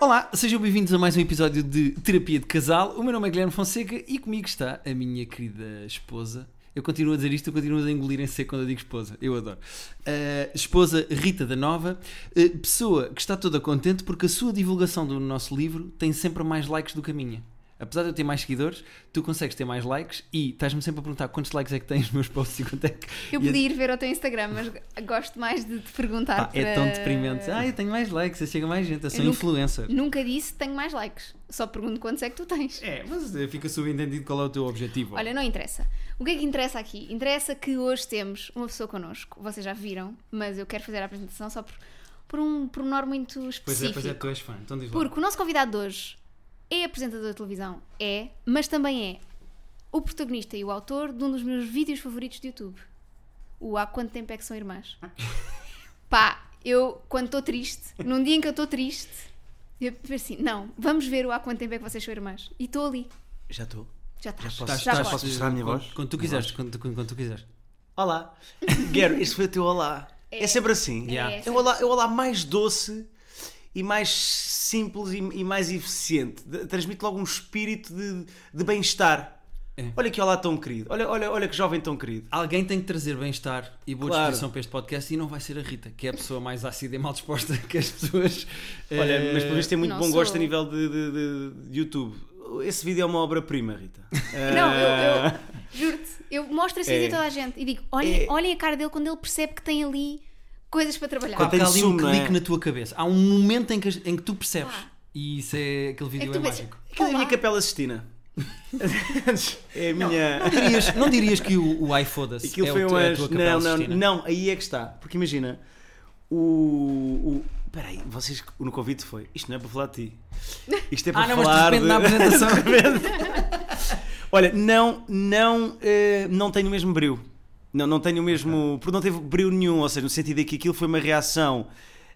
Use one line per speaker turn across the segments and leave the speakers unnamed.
Olá, sejam bem-vindos a mais um episódio de Terapia de Casal. O meu nome é Guilherme Fonseca e comigo está a minha querida esposa. Eu continuo a dizer isto, eu continuo a engolir em seco quando eu digo esposa. Eu adoro. Uh, esposa Rita da Nova, uh, pessoa que está toda contente porque a sua divulgação do nosso livro tem sempre mais likes do que a minha. Apesar de eu ter mais seguidores, tu consegues ter mais likes e estás-me sempre a perguntar quantos likes é que tens nos meus posts e quanto é que.
Eu
e a-
podia ir ver o teu Instagram, mas gosto mais de te perguntar.
Pá, é
para-
tão deprimente. Ah, eu tenho mais likes, eu chego a mais gente, eu sou
nunca-
influencer.
Nunca disse que tenho mais likes. Só pergunto quantos é que tu tens.
É, mas eh, fica subentendido qual é o teu objetivo.
Olha, não interessa. O que é que interessa aqui? Interessa que hoje temos uma pessoa connosco. Vocês já viram, mas eu quero fazer a apresentação só por, por um pormenor muito
pois
específico.
é, pois é, tu és fã. Então diz lá.
Porque o nosso convidado de hoje é apresentador de televisão, é, mas também é o protagonista e o autor de um dos meus vídeos favoritos de YouTube. O Há Quanto Tempo é que São Irmãs. Pá, eu, quando estou triste, num dia em que eu estou triste, eu penso assim: não, vamos ver o Há Quanto Tempo é que vocês são irmãs. E estou ali,
Já estou.
já estás.
posso-
Estás-
já
estás-
podes.
posso mostrar a minha
quando-
voz?
Quando tu
Minha
quiseres, quando, quando, quando tu quiseres.
Olá. Gary, este foi o teu olá. É,
É.
sempre assim.
Yeah.
É,
É o olá, é o olá mais doce e mais simples e, e mais eficiente. De- transmite logo um espírito de, de bem-estar.
É.
Olha que olá tão querido. Olha, olha, olha que jovem tão querido.
Alguém tem que trazer bem-estar e boa
Claro.
disposição para este podcast e não vai ser a Rita, que é a pessoa mais ácida e mal disposta que as pessoas. eh,
Olha, mas por isso tem muito
não
bom
sou
gosto a
eu.
nível de, de- de- de YouTube. Esse vídeo é uma obra-prima, Rita.
Não, eu,
Eh,
eu juro-te, eu mostro esse vídeo a toda a gente e digo: olhem,
É.
olhem a cara dele quando ele percebe que tem ali coisas para trabalhar.
Há,
Quando tem
há ali um
sumo, não é?
clique na tua cabeça. Há um momento em que, as- em que tu percebes.
Ah.
E isso é. Aquele
É
vídeo
que
é,
tu pensas,
mágico.
Aquela é a minha
"Olá."
capela Sistina. é a minha.
Não dirias, não dirias que o, o ai foda-se
Aquilo
é
foi
o,
um
teu- é a
anjo.
tua
não,
Capela
não,
Sistina?
não, aí é que está. Porque imagina, o. o peraí, vocês no convite foi. Isto não é para falar de ti. Isto é para
Ah, não, mas de
falar.
repente na apresentação.
Olha, não, não, eh, não tenho o mesmo brilho. Não, não tenho o mesmo. Porque não teve brilho nenhum, ou seja, no sentido de que aquilo foi uma reação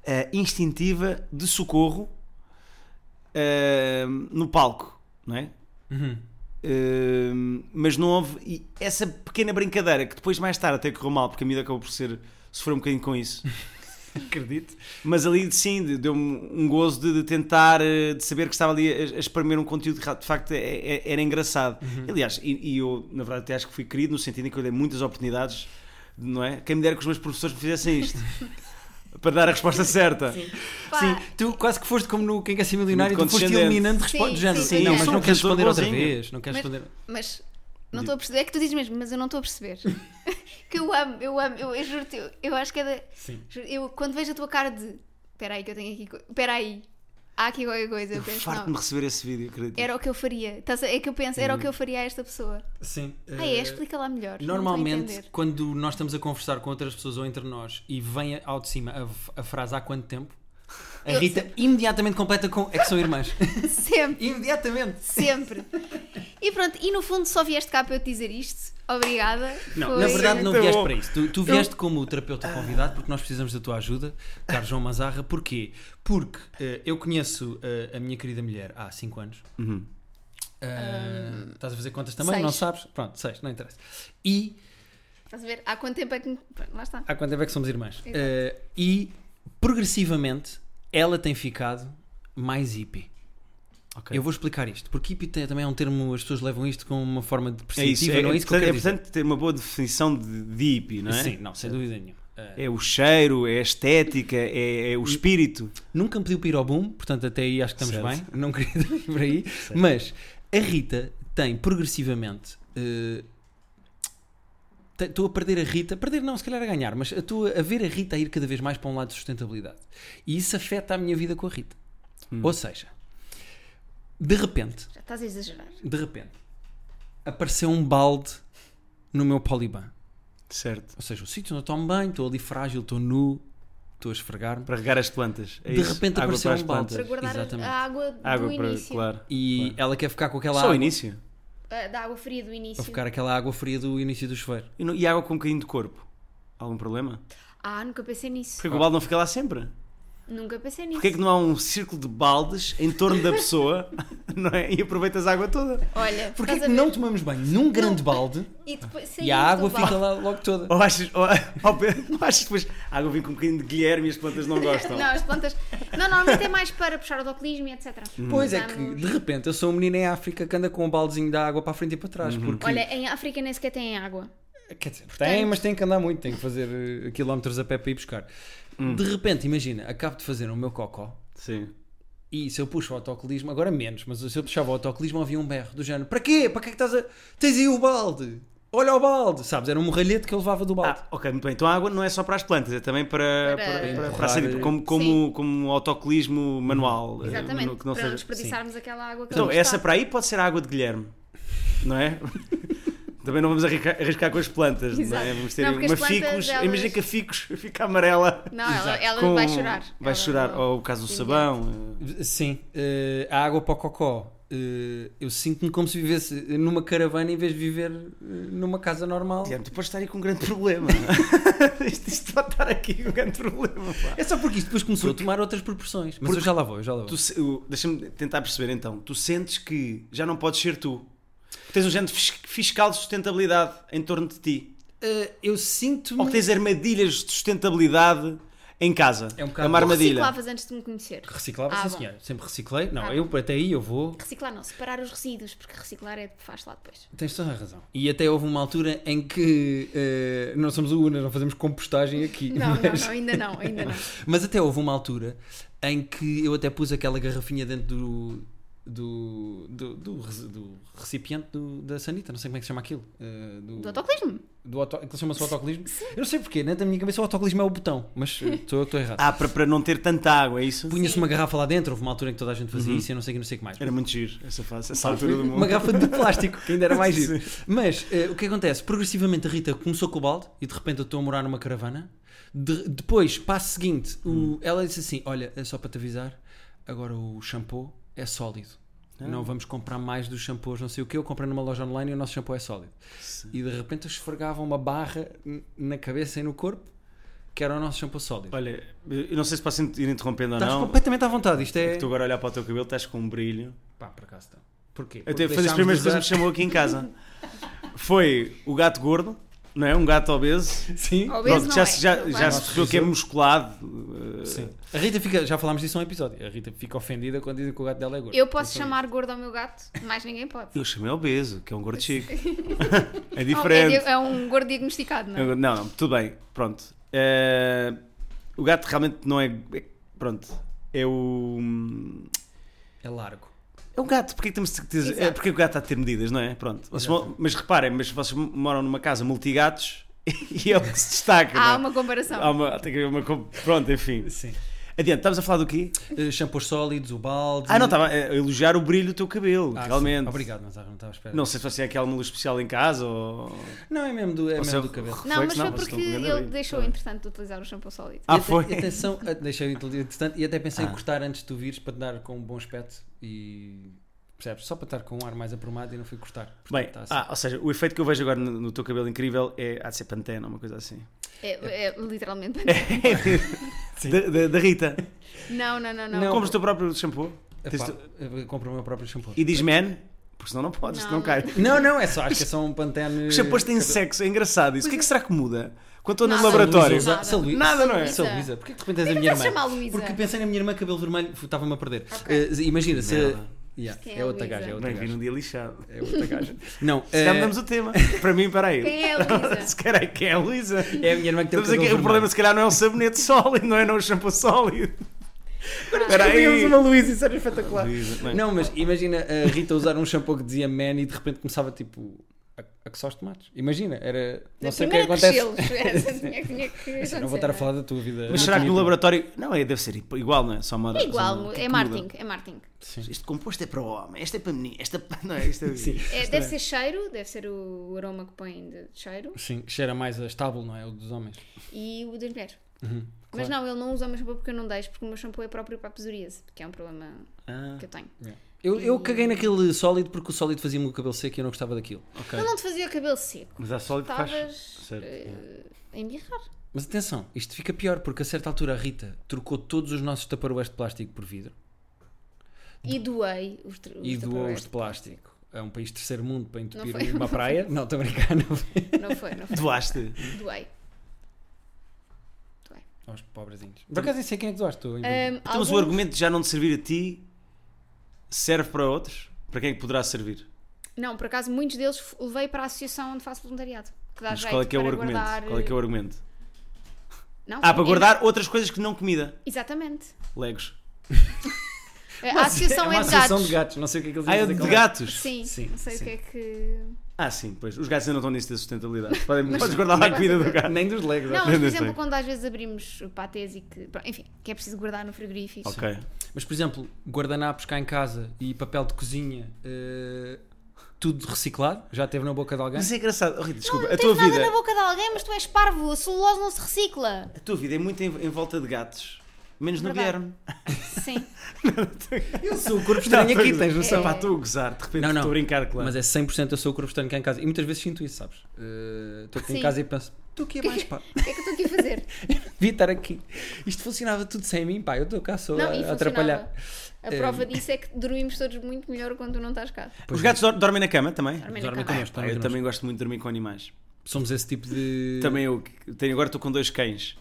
eh, instintiva de socorro eh, no palco, não é?
Uhum.
Hum, mas não houve e essa pequena brincadeira que depois mais tarde até correu mal, porque a miúda acabou por ser sofreu um bocadinho com isso.
Acredito.
Mas ali sim de- deu-me um gozo de, de tentar eh, de saber que estava ali a, a espremer um conteúdo que de facto é- é- era engraçado.
Uhum.
Aliás, e, e eu na verdade até acho que fui querido no sentido em que eu dei muitas oportunidades, não é? Quem me dera que os meus professores me fizessem isto para dar a resposta certa.
Pá,
Sim, tu quase que foste como no Quem Quer Ser Milionário,
Muito
tu foste
condescendente.
eliminando respostas.
Sim,
Sim,
sim,
não,
sim.
mas
Sou
não
um
queres
cantor
responder outra
bonzinho.
vez. Não queres
Mas-
responder.
Mas não estou a perceber. É que tu dizes mesmo, mas eu não estou a perceber. que eu amo, eu amo, eu, eu juro-te, eu, eu acho que é da.
Sim.
juro- Eu, quando vejo a tua cara de. Espera aí, que eu tenho aqui. co- Espera aí, há aqui qualquer coisa. Eu
Eu
penso, não.
farto-me de receber esse vídeo, acredito.
Era o que eu faria. Estás a- É que eu penso, era o
Uhum.
que eu faria a esta pessoa.
Sim.
Ah, é? Explica lá melhor.
Eh,
não estou a
Normalmente,
entender.
quando nós estamos a conversar com outras pessoas ou entre nós e vem ao de cima a, a frase há quanto tempo, a
Eu
Rita imediatamente completa com é que são irmãs.
Sempre,
imediatamente.
sempre. E pronto, e no fundo só vieste cá para eu te dizer isto. Obrigada.
Não,
Foi-
na verdade não
Muito
vieste
bom.
para isso. Tu, tu vieste como o terapeuta convidado porque nós precisamos da tua ajuda, caro João Mazarra. Porquê? Porque eh, eu conheço eh, a minha querida mulher há 5 anos.
Uhum.
Eh, estás a fazer contas também?
seis.
Não sabes? Pronto, 6, não interessa. E
Estás a ver? Há quanto tempo é que. me- Lá está.
há quanto tempo é que somos irmãs?
Exato.
Eh, e progressivamente ela tem ficado mais hippie.
Ok.
Eu vou explicar isto, porque hippie tem- também é um termo, as pessoas levam isto como uma forma de
É isso,
perspectiva,
é,
não é isso que eu
é
quero dizer.
importante ter uma boa definição de, de hippie, não é?
Sim, não, sem dúvida nenhuma. Eh,
É o cheiro, é a estética, é,
Hum.
é o espírito.
Nunca me pediu para ir ao boom, portanto até aí acho que estamos
Certo.
bem, não queria ir por aí, mas a Rita tem progressivamente. eh, te- Estou a perder a Rita, perder não, se calhar a ganhar, mas estou a ver a Rita a ir cada vez mais para um lado de sustentabilidade. E isso afeta a minha vida com a Rita.
Hum.
Ou seja, de repente,
Já estás a exagerar.
de repente, apareceu um balde no meu poliban.
Certo.
Ou seja, o sítio onde eu tomo bem, estou ali frágil, estou nu, estou a esfregar-me.
Para regar as plantas. é
De
isso.
repente
Água
apareceu
para as
um balde.
Para
plantas.
guardar
Exatamente.
a água,
Água
do
para,
início.
claro.
E um ela quer ficar com aquela
Só o
água.
início.
Ah, da água fria do início.
a ficar aquela água fria do início do chuveiro.
E, não- e água com um bocadinho de corpo. Algum problema?
Ah, nunca pensei nisso.
Porque o balde não fica lá sempre.
Nunca pensei nisso.
Porquê é que não há um círculo de baldes em torno da pessoa não é? e aproveitas a água toda?
Olha,
Porquê é
estás
que
a ver?
não tomamos banho num grande balde Oh,
E, depois
e a água
saímos do
fica lá logo toda?
Ou achas, ou, ou, pe- ou achas depois a água vem com um bocadinho de Guilherme e as plantas não gostam?
Não, as plantas. Não, normalmente é mais para puxar o doclismo e Hum, etc.
Uhum.
Pois é
Vamos-
que de repente eu sou um menino em África que anda com um baldezinho de água para a frente e para trás. Porque,
Olha, em África nem sequer têm água.
É,
quer dizer, tem, mas tem que andar muito, tem que fazer eh, quilómetros a pé para ir buscar. De repente, imagina, acabo de fazer o meu cocó
Sim.
e se eu puxo o autocolismo, agora menos, mas se eu puxava o autocolismo havia um berro do género: para quê? Para que é que estás a. Tens aí o balde? Olha o balde! Sabes? Era um morralhete que eu levava do balde.
Ah, ok, muito bem. Então a água não é só para as plantas, é também para,
Para-
para, para, para,
Empurrar,
a saída, como, como, como um autocolismo manual. eh,
Exatamente.
no- que não
para não
seja-
desperdiçarmos aquela água que
Então,
lá
essa
está.
para aí pode ser a água de Guilherme, não é? Também não vamos arriscar, arriscar com as plantas, não é?
Exato.
Vamos ter
Não, porque
uma
as plantas,
ficus,
elas-
imagina que a ficus fica amarela.
Não, ela, ela
com-
vai chorar.
Vai
Ela-
chorar, Oh, ou o caso do sabão. eh,
Sim, eh, a água para o cocó. eh, eu sinto-me como se vivesse numa caravana em vez de viver eh, numa casa normal.
Guilherme, tu podes estar aí com um grande problema. isto, isto pode estar aqui um grande problema. pá.
É só porque isto depois começou a tomar outras proporções. Mas eu já lá vou, eu já lá vou.
Tu se- o- Deixa-me tentar perceber então. Tu sentes que já não podes ser tu. Tens um género de fis- fiscal de sustentabilidade em torno de ti.
Eh, eu sinto-me.
Ou que
Hum.
tens armadilhas de sustentabilidade em casa.
É um bocado-
é uma armadilha.
Reciclavas antes de me conhecer.
Reciclava,
Ah,
sim,
bom.
senhora. Sempre reciclei. Não,
Ah,
eu até aí eu vou.
Reciclar não, separar os resíduos, porque reciclar é faz lá depois.
Tens toda a razão. E até houve uma altura em que eh, não somos o UNA, não fazemos compostagem aqui.
Não,
mas...
não, não, ainda não, ainda não.
Mas até houve uma altura em que eu até pus aquela garrafinha dentro do. Do, do, do rece- do recipiente do- da sanita, não sei como é que se chama aquilo. eh, do,
Do autoclismo.
do auto, aquilo chama-se autocolismo. Eu não sei porquê, né? da minha cabeça o autocolismo é o botão, mas eh, sou eu que estou errado.
Ah, para, para não ter tanta água, é isso?
Punha-se uma garrafa lá dentro, houve uma altura em que toda a gente fazia isso, eu não sei o que, não sei o que mais.
Era muito giro essa fase, essa altura do mundo.
Uma garrafa de plástico, que ainda era mais giro. Mas eh, o que acontece? Progressivamente a Rita começou com o balde e de repente eu estou a morar numa caravana. De- depois, passo seguinte, o-
Hum.
ela disse assim: Olha, é só para te avisar, agora o shampoo é sólido.
Ah.
Não vamos comprar mais dos shampoos, não sei o que. Eu comprei numa loja online e o nosso shampoo é sólido. E de repente eu esfregava uma barra n- na cabeça e no corpo, que era o nosso shampoo sólido.
Olha, eu não sei se posso ir interrompendo ou
Estás
não.
completamente à vontade. Isto é.
Tu agora a olhar para o teu cabelo, estás com um brilho.
Pá, por acaso está. Porquê?
Até
Porque
foi das
deixámos
primeiras um
de usar-
coisas que me chamou aqui em casa. Foi o gato gordo, não é? Um gato obeso.
Sim.
Obeso
Pronto,
não
já,
é,
se- já,
não
já
é.
se percebeu que é musculado. uh,
A Rita fica, já falámos disso num episódio. A Rita fica ofendida quando dizem que o gato dela é gordo.
Eu posso chamar gordo ao meu gato, mas ninguém pode.
Eu chamei obeso, que é um gordo chico. é
É um- é,
diferente.
di- é um gordo diagnosticado, não é?
Não, não, tudo bem, pronto. Eh, o gato realmente não é. é- Pronto, é o. hum,
É largo.
É um gato, porque é que temos certeza? É
Exato.
porque o gato está a ter medidas, não é? Pronto. Vocês
Exato.
mo- mas reparem, mas vocês moram numa casa multigatos e é o que se destaca.
Há
não é?
uma comparação.
Há uma- tem que haver uma. co- Pronto, enfim.
Sim.
Adiante, estamos a falar do quê?
Eh, shampoos sólidos, o balde.
Ah, não, estava a elogiar o brilho do teu cabelo,
Ah, sim.
realmente.
Obrigado, mas não estava à espera.
Não sei se você tem aqui alguma luz especial em casa ou.
Não, é mesmo do, é
Ou se é
mesmo do
o-
cabelo.
Não, mas
Reflexo,
foi
não, vocês
porque
estão com grande
ele
brilho.
deixou, entretanto, de utilizar o shampoo sólido.
Ah,
E até-
foi. Ah.
e atenção, a- deixa eu interessante. E até pensei em cortar antes de tu vires para te dar com um bom aspecto e. Percebes? Só para estar com um ar mais aprumado e não fui cortar. Portanto,
Bem,
está assim.
ah, ou seja, o efeito que eu vejo agora no, no teu cabelo incrível é. Há de ser pantena, uma coisa assim.
É, é literalmente.
Da, da- da Rita.
Não, não, não, não.
Não.
Compras o teu próprio shampoo tens
Epá,
tu-
eu compro o meu próprio shampoo.
e diz man, porque senão não podes,
Não,
senão cai.
Não, não, é só, acho que é só um pantene.
Os shampoos têm sexo, é engraçado isso. O que é que será que muda? Quando estou no
Nada.
laboratório.
Luísa, São Luísa.
Nada, não é?
Sou
Luísa.
Luísa, porquê que de repente és a
que
minha
não
irmã?
se chama Luísa?
Porque pensei na minha irmã, cabelo vermelho, f- estava-me a perder.
Ok.
Eh, imagina, se.
Merda.
Yeah,
Quem é
é, outra
Luísa?
gaja, é outra
Bem, vir
gaja.
um dia lixado.
É outra gaja. Não,
Se calhar
eh,
mudamos o tema. Para mim, para aí.
Quem é a Luísa?
Se calhar é quem é a Luísa.
é a minha irmã que tem
Estamos aqui-
cabelo
o problema,
vermelho.
se calhar, não é o sabonete sólido, não é não o shampoo sólido. Espera
Descobrimos
aí.
uma Luísa, isso era espetacular.
Luísa, é? bem.
Não, mas imagina a Rita usar um shampoo que dizia man e de repente começava tipo a, a coçar os tomates. Imagina, era. Não sei o que
Primeiro
acontece.
cochilos. Essa tinha- tinha que
Assim, não
acontecer,
vou estar a
é?
falar da tua vida.
Mas será que
anatómica.
no laboratório. Não, é, deve ser igual, não é? Só uma,
É
só
igual,
uma-
é marketing, é marketing.
Este composto é para o homem, este é para menino, esta Não é? Isto é...
É, deve ser cheiro, deve ser o aroma que põem de cheiro
Sim, que cheira mais a estábulo, não é? O dos homens.
e o das mulheres. Mas não, ele não usa o meu shampoo porque eu não deixo, porque o meu shampoo é próprio para a psoríase, que é um problema
Ah,
que eu tenho.
Eu, eu caguei naquele sólido porque o sólido fazia-me o cabelo seco e eu não gostava daquilo.
ok.
Ele não te fazia o cabelo seco,
Mas há sólido que faz.
estavas
Certo.
eh, a embirrar.
Mas atenção, isto fica pior porque a certa altura a Rita trocou todos os nossos taparoeiros de plástico por vidro
E doei os, tr- os
e doou-os
taparoeiros.
de plástico a um país de terceiro mundo para entupir
foi-
uma praia. Não, estou a brincar, não foi.
Não foi, não foi.
Doaste?
Doei. Doei.
Aos pobrezinhos. Por acaso nem sei quem é que doaste, estou a inventar.
Ahm,
Então, mas o
alguns-
argumento de já não te servir a ti serve para outros? Para quem é que poderá servir?
Não, por acaso muitos deles f- levei para a associação onde faço voluntariado. Que dá
Mas
jeito
qual é que é o
para
argumento?
guardar- eh,
Qual é que é o argumento?
Não,
Ah, para
é-
guardar outras coisas que não comida.
Exatamente.
Legos.
É, a associação é,
uma
de
associação
gatos.
de gatos, não sei o que é que eles
Ah, é
iam fazer
de
com
gatos.
Sim,
Sim,
não sei
sim.
o que é que.
Ah, sim, pois. Os gatos ainda não estão nisso da sustentabilidade. Podem,
Mas-
podes guardar lá a
mas-
comida do gato.
Nem dos legos.
Não,
acho.
mas por
Não
exemplo,
sei.
quando às vezes abrimos patês e que. pronto, Enfim, que é preciso guardar no frigorífico.
Ok.
Mas, por exemplo, guardanapos cá em casa e papel de cozinha, eh, tudo reciclado, já teve na boca de alguém?
Mas é engraçado. Oh, Rita, desculpa.
Não
a
tens
tua
nada
vida.
na boca de alguém, mas tu és parvo, a celulose não se recicla.
A tua vida é muito em, em volta de gatos. Menos
Verdade.
no Guilherme.
Sim.
Eu sou o corpo
Não,
estranho
estou a
aqui,
gozar.
tens noção?
Pá, estou a gozar. De repente
Não, não.
estou a brincar, claro.
Mas é 100% eu sou o corpo estranho cá em casa. E muitas vezes sinto isso, sabes? Eh, Estou aqui em
Sim.
casa e penso, tu aqui é mais, pá.
O que é que eu estou aqui a fazer?
Devia estar aqui. Isto funcionava tudo sem mim, pá. Eu estou cá só
Não,
a,
e
a
funcionava.
atrapalhar. Eh,
A prova disso é que dormimos todos muito melhor quando tu não estás cá.
Pois
Os
é.
gatos dor- dormem na cama também?
Dormem na
Dorme
cama.
connosco,
Pá,
dorme
eu
connosco.
também gosto muito de dormir com animais.
Somos esse tipo de.
Também eu que tenho, agora estou com dois cães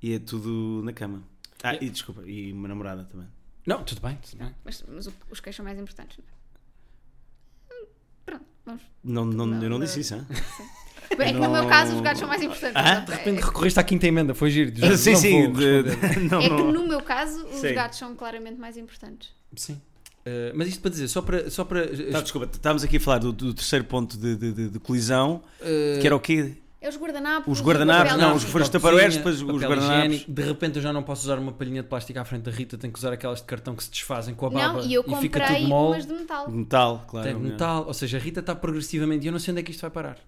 e é tudo na cama. Ah, e desculpa, e uma namorada também.
Não, tudo bem, tudo bem.
Mas, mas o- os queixos são mais importantes, não é? Hum, Pronto, vamos.
Não, não,
Não,
eu não
não.
disse isso, hein?
Bem, é que no meu caso os gatos são mais importantes.
Ah,
portanto,
De
é-
repente recorreste à quinta emenda, foi giro. de
Ah,
género,
sim,
não
sim.
vou
de-
responder.
de- não,
é que
não.
no meu caso os
Sim.
gatos são claramente mais importantes.
Sim. Eh, mas isto para dizer, só para. Só para
Tá, desculpa, estávamos aqui a falar do, do terceiro ponto de, de- de- de colisão,
eh,
que era o quê?
É os guardanapos.
Os
e o
guardanapos,
papel
não,
higiênico.
os foram os
papel
taparoeiros,
cozinha,
depois os
papel
guardanapos.
higiênico. De repente eu já não posso usar uma palhinha de plástico à frente da Rita, tenho que usar aquelas de cartão que se desfazem com a baba
Não, e eu
fica tudo
comprei
mole.
umas de metal.
De Metal, claro.
Tem
não é?
metal, ou seja, a Rita está progressivamente e eu não sei onde é que isto vai parar.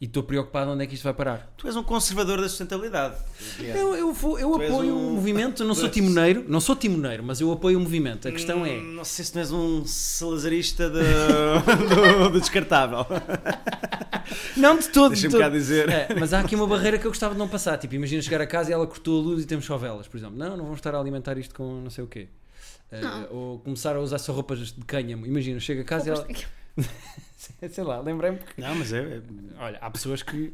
E estou preocupado onde é que isto vai parar.
Tu és um conservador da sustentabilidade.
Eu, eu, vou- eu
É. Tu és
apoio
um-
o movimento, não sou timoneiro, não sou timoneiro, mas eu apoio o movimento. A questão é.
Hum, Não sei se tu és um salazarista de- do, do descartável.
Não de todo. de
Deixa-me
todo.
cá dizer.
É, mas há aqui uma barreira que eu gostava de não passar. Tipo, imagina chegar a casa e ela cortou a luz e temos só velas, por exemplo. Não, não vamos estar a alimentar isto com não sei o quê. Eh, ou começar a usar só roupas de cânhamo. Imagina, chega a casa
Roupas
e
de cânhamo.
ela. Sei lá, lembrei-me que.
Não, mas é.
Olha, há pessoas que.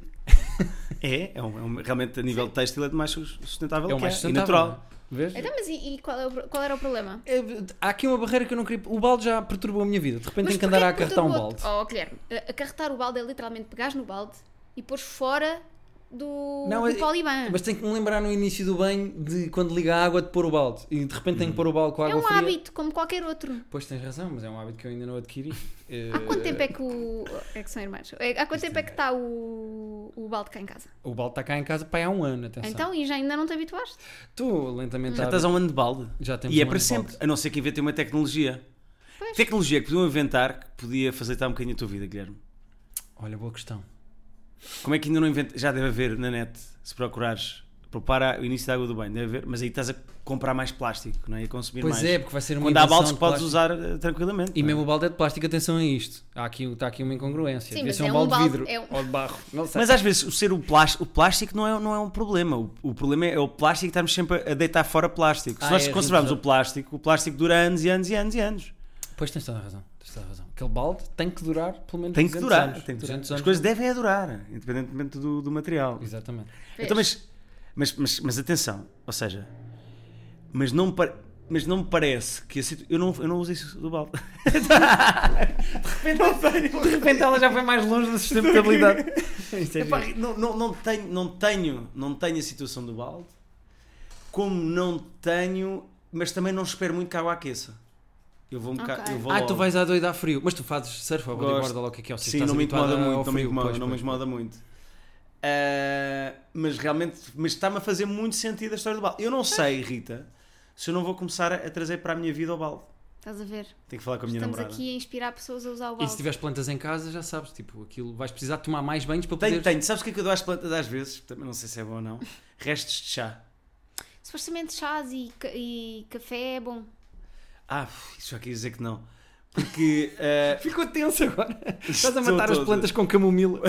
É, é, um- é um- realmente a nível de textil é de mais sus- sustentável
É o
que
mais
é, e
sustentável.
natural.
não é? Vês?
Então, mas e, e qual, é o pro- qual era o problema?
É, Há aqui uma barreira que eu não queria. O balde já perturbou a minha vida. De repente
Mas
tenho que
porquê
andar a
que
acarretar um balde.
perturbou-te? Oh, Guilherme, a- acarretar o balde é literalmente pegares no balde e pôres fora do,
Não,
do
é-
poliban.
Mas tenho que me lembrar no início do banho de quando liga a água de pôr o balde. E de repente tenho
Hum.
que pôr o balde com a
É
água
um
fria.
hábito, como qualquer outro.
Pois tens razão, mas é um hábito que eu ainda não adquiri. Eh,
Há quanto tempo é que, o... é que são irmãs? É- Há quanto tempo é que está o... o balde cá em casa?
O balde está cá em casa para há um ano, atenção.
Então, e já ainda não te habituaste?
Tu lentamente
Já
a-
estás a um ano de balde.
Já temos
e é
um
para
ano de
sempre. A não ser que inventem uma tecnologia.
Pois.
Tecnologia que podiam inventar que podia facilitar um bocadinho a tua vida, Guilherme.
Olha, boa questão.
Como é que ainda não inventaram? Já deve haver na net, se procurares, prepara o início da água do banho, deve haver, mas aí estás a comprar mais plástico, não é? E a consumir
Pois
mais.
é, porque vai ser uma
Quando há
invenção
baldes
de
que podes
plástico.
usar eh, tranquilamente.
E
não é?
mesmo o balde é de plástico, atenção a isto. Há aqui, um- está aqui uma incongruência. Devia
Sim, mas
ser um
é um
balde de
balde-
vidro
é um-
ou de barro. Não sei.
Mas às vezes o ser o plástico, o plástico não é, não é um problema. O, o problema é o plástico estarmos sempre a deitar fora plástico. Se
Ah,
nós
é,
conservarmos o
redução.
plástico, o plástico dura anos e anos e anos e anos.
Pois tens toda a razão. Tens toda a razão. Aquele balde tem que durar pelo menos
Tem que
200
durar.
anos.
tem que durar.
200
As
anos.
coisas devem é durar, independentemente do, do material.
Exatamente.
Então, mas, mas, mas, mas atenção, ou seja, mas não me, par- mas não me parece que a situ- eu não eu não uso isso do balde.
De repente ela já foi mais longe da sustentabilidade. Isto é
Epá,
giro.
não, não, não tenho não tenho não tenho a situação do balde, como não tenho, mas também não espero muito que a água aqueça. Eu vou um bocado,
Ok.
eu vou
Ah,
logo.
tu vais à doida a frio. Mas tu fazes surf ou
Gosto.
bodyboard ou lá o que é que é. ou seja,
Sim,
estás
não me
habituado
incomoda
ao
muito, não me
frio,
incomoda,
pois,
não me
pois,
incomoda muito. Ah, mas realmente, mas está-me a fazer muito sentido a história do balde. Eu não sei, Rita, se eu não vou começar a, a trazer para a minha vida o balde.
Estás a ver?
Tenho que falar com a minha
Estamos
namorada.
aqui a inspirar pessoas a usar o
E
balde.
se tiveres plantas em casa, já sabes, tipo, aquilo vais precisar tomar mais banhos para
Tenho,
poder.
tenho. Sabes o que é que eu dou às plantas às vezes? Também não sei se é bom ou não. Restos de chá.
Supostamente chás e, ca- e café é bom.
Ah, isso já queria dizer que não. Porque. eh,
Ficou tenso agora. Estás a
Estou
matar as
todo.
plantas com camomila.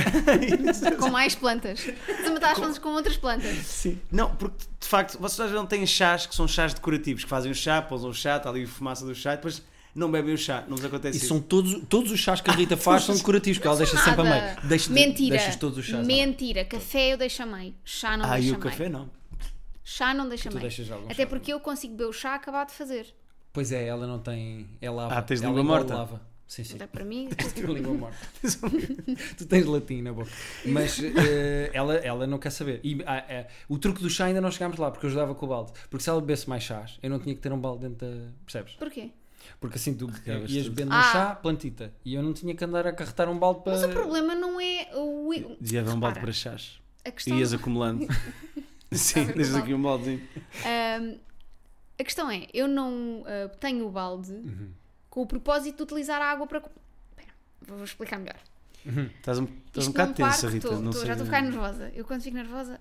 Com mais plantas. Estás a matar as plantas com outras plantas.
Sim.
não, porque de facto, vocês às vezes não têm chás que são chás decorativos, que fazem o chá, pousam o chá, está ali a fumaça do chá e depois não bebem o chá. Não nos
E
acontece isso.
são todos, todos os chás que a Rita faz são decorativos, porque ela deixa sempre a
Nada.
meio. Deixa,
Mentira.
Deixas todos os chás.
Mentira. Café eu deixo a meio. Chá não
Ah, e
deixo
o
a
café
meio.
não.
Chá não deixa a
Tu
meio.
deixas algum
Até
chá.
porque eu consigo beber o chá acabado de fazer.
Pois é, ela não tem. É lava.
Ah, tens
Ela
língua
engole
morta.
Lava. Sim, sim.
Até para mim.
Tenho língua morta. tu tens latim na boca. Mas eh, ela, ela não quer saber. E, ah, eh, o truque do chá ainda não chegámos lá, porque eu ajudava com o balde. Porque se ela bebesse mais chás, eu não tinha que ter um balde dentro da. Percebes?
Porquê?
Porque assim tu
Regavas
ias
tudo.
bebendo um
Ah.
chá, plantita. E eu não tinha que andar a carretar um balde para.
Mas o problema não é o.
Dizia haver um balde para
Repara,
chás.
A questão
E ias acumulando. Sim,
Estava com
deixas
balde.
aqui um baldezinho.
Ahm, a questão é, eu não ah, tenho o balde
Uhum.
com o propósito de utilizar a água para. co- Espera, vou vou explicar melhor.
Estás um, estás um
Isto
bocado
num parque,
tensa, Rita.
tô-
não
tô-
sei.
já estou a ficar nervosa. Eu quando fico nervosa,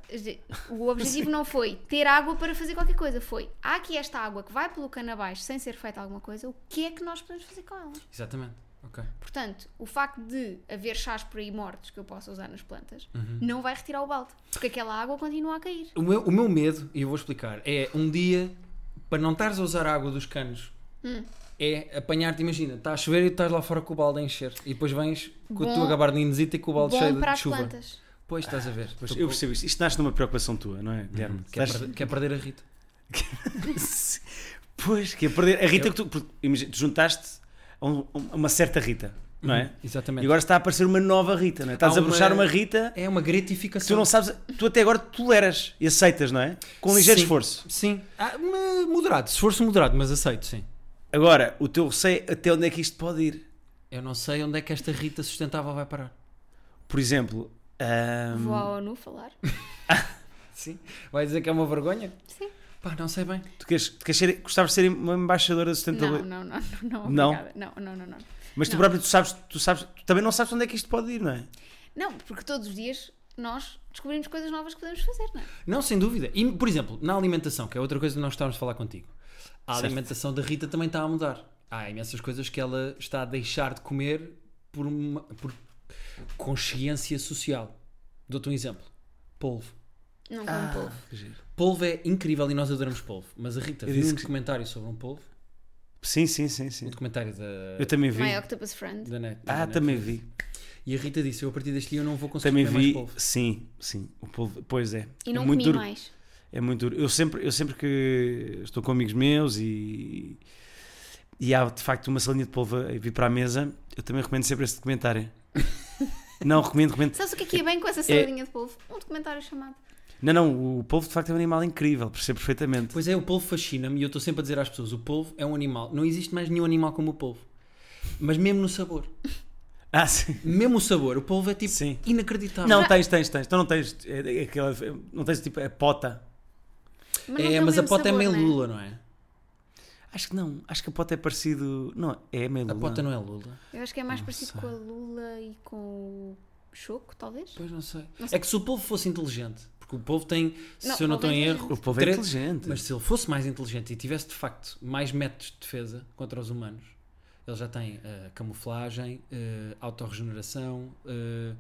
o objetivo não foi ter água para fazer qualquer coisa, foi há aqui esta água que vai pelo cano abaixo sem ser feita alguma coisa, o que é que nós podemos fazer com ela?
Exatamente. Ok.
Portanto, o facto de haver chás por aí mortos que eu possa usar nas plantas
Uhum.
não vai retirar o balde, porque aquela água continua a cair.
O meu, o meu medo, e eu vou explicar, é um dia, para não estares a usar a água dos canos,
Hum.
é apanhar-te, imagina, está a chover e tu estás lá fora com o balde a encher. E depois vens com a
Bom-
tua gabardinezita e com o balde cheio
Bom
de,
para
de
as
chuva.
plantas.
Pois estás a ver.
Pois,
Tu-
eu percebo isto. Isto nasce numa preocupação tua, não é,
Uhum.
Guilherme?
Quer,
Nasce-
perder, quer perder a Rita.
Pois, que é perder. A Rita
Eu-
que tu, porque, imagina, te juntaste a, um- a uma certa Rita, não é?
Uhum.
Exatamente.
E agora está a aparecer uma nova Rita, não é? Estás
Há
a bruxar
uma-
uma Rita
é uma
que
gratificação.
tu não sabes, tu até agora toleras e aceitas, não é? Com ligeiro
Sim,
esforço.
Sim. Ah, mas moderado, esforço moderado, mas aceito, sim.
Agora, o teu receio até onde é que isto pode ir?
Eu não sei onde é que esta Rita sustentável vai parar.
Por exemplo, ahm,
Vou à ONU falar.
Sim. Vai dizer que é uma vergonha?
Sim.
Pá, não sei bem.
tu, queres, tu queres ser, gostavas de ser uma embaixadora da
Não,
sustentabilidade,
não, não, não,
Não?
não, obrigada. não, não, não, não.
mas tu
não.
próprio tu sabes, tu sabes, tu também não sabes onde é que isto pode ir, não é?
Não, porque todos os dias nós descobrimos coisas novas que podemos fazer, não é?
Não, sem dúvida. E, por exemplo, na alimentação, que é outra coisa que nós estávamos a falar contigo, a
Certo.
alimentação da Rita também está a mudar. Há imensas coisas que ela está a deixar de comer por, uma, por consciência social. Dou-te um exemplo: polvo.
Não um
Ah,
como polvo.
que giro.
Polvo é incrível e nós adoramos polvo, mas a Rita
Eu
viu
disse
um
que-
documentário sobre um polvo,
Sim, sim, sim,
um
sim.
documentário da,
Eu também vi.
My Octopus Friend.
da net. da
Ah,
net.
também vi.
E a Rita disse: Eu a partir deste dia eu não vou conseguir
Também
comer
vi,
mais polvo.
sim, sim, o polvo, pois é.
E não
é muito
comi
duro,
mais.
É muito duro. Eu sempre, eu sempre que estou com amigos meus e, e há de facto uma salinha de polvo a vir para a mesa, eu também recomendo sempre esse documentário. não, recomendo, recomendo.
Sabes o que é que é bem com essa saladinha de polvo? Um documentário chamado.
Não, não, o polvo de facto é um animal incrível, percebo perfeitamente.
Pois é, o polvo fascina-me e eu estou sempre a dizer às pessoas: o polvo é um animal. Não existe mais nenhum animal como o polvo. Mas mesmo no sabor.
Ah, sim.
Mesmo o sabor, o polvo é tipo
Sim.
inacreditável.
Não, tens, tens, tens. Então não tens, é, é aquela, não tens tipo a pota.
Mas não
é,
tem o
mas a
mesmo
pota é
sabor, né?
meio
não
lula, não é?
Acho que não, acho que a pota é parecido. Não, é meio
A
lula.
pota não é lula?
Eu acho que é mais parecido
sei.
com a Lula e com o Choco, talvez.
Pois não sei.
Não sei.
É que se o polvo fosse inteligente, porque o polvo tem, se
Não,
eu não
o
estou
polvo
em
é
erro,
O polvo é
tre-
inteligente.
Mas se ele fosse mais inteligente e tivesse de facto mais métodos de defesa contra os humanos, ele já tem eh, camuflagem, eh, autorregeneração, eh,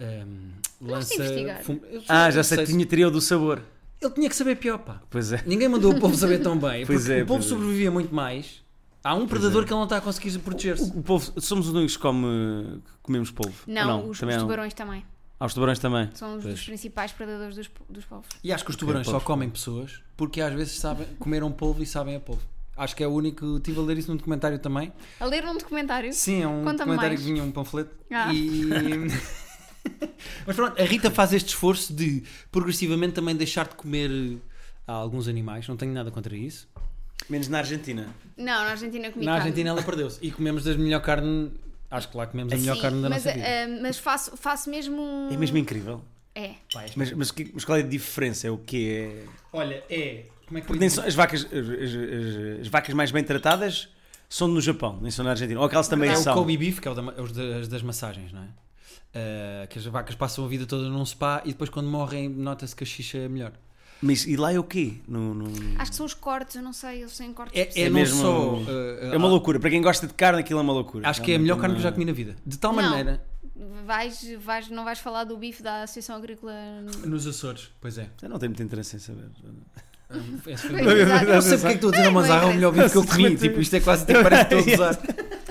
ehm, lança.
investigar.
fum- Eu só-
Ah,
não
já sei,
sei se-
tinha teoria do sabor.
Ele tinha que saber pior, pá.
Pois é.
Ninguém mandou o povo saber tão bem.
Pois
porque
é,
o povo
pois é.
sobrevivia muito mais. Há um predador que ele não está a conseguir proteger-se.
O povo, somos os únicos que, come- que comemos polvo.
Não,
Ou
os,
também
os
há um-
tubarões também.
Há os tubarões também.
São os dos principais predadores dos, po- dos povos.
E acho que os tubarões
Ok,
só
podes falar.
comem pessoas porque às vezes sabem, comeram polvo e sabem a polvo. Acho que é o único. Estive a ler isso num documentário também.
A ler um documentário.
Sim, é um
Conta-me
documentário
mais.
que vinha um panfleto.
Ah.
E... Mas pronto, a Rita faz este esforço de progressivamente também deixar de comer eh, alguns animais. Não tenho nada contra isso.
Menos na Argentina.
Não, na Argentina comi
Na
carne.
Argentina ela perdeu-se. E comemos das melhor carne. Acho que lá comemos a melhor
Sim,
carne da
mas,
nossa vida.
ah, mas faço, faço mesmo um.
É mesmo incrível.
É.
Pá, és
Mas, mas, que- mas qual é a diferença? É o quê? É...
Olha, é. Como é que
Porque
eu
nem
digo?
são- as, vacas, as, as- as vacas mais bem tratadas são no Japão, nem são na Argentina. Ou aquelas também
É o
são.
Kobe Beef, que é, o da, é os das, das massagens, não é? Ah, que as vacas passam a vida toda num spa e depois quando morrem nota-se que a xixa é melhor.
Mas e lá é o quê? No, no-
Acho que são os cortes, eu não sei, eles têm cortes.
É, é,
É
não
mesmo-
só. eh,
É uma loucura. Para quem gosta de carne, aquilo é uma loucura.
Acho que é a
Realmente
melhor carne que eu já
uma-
comi na vida. De tal
Não.
maneira.
Vais, vais, não vais falar do bife da Associação Agrícola.
Nos Açores, pois é.
Eu não tenho muito interesse em saber.
É.
Esse foi-
Pois, exato.
Eu não sei porque é que estou a dizer a Manzarra é o melhor bife que eu comi. Tipo, isto é quase até parece que estou a gozar.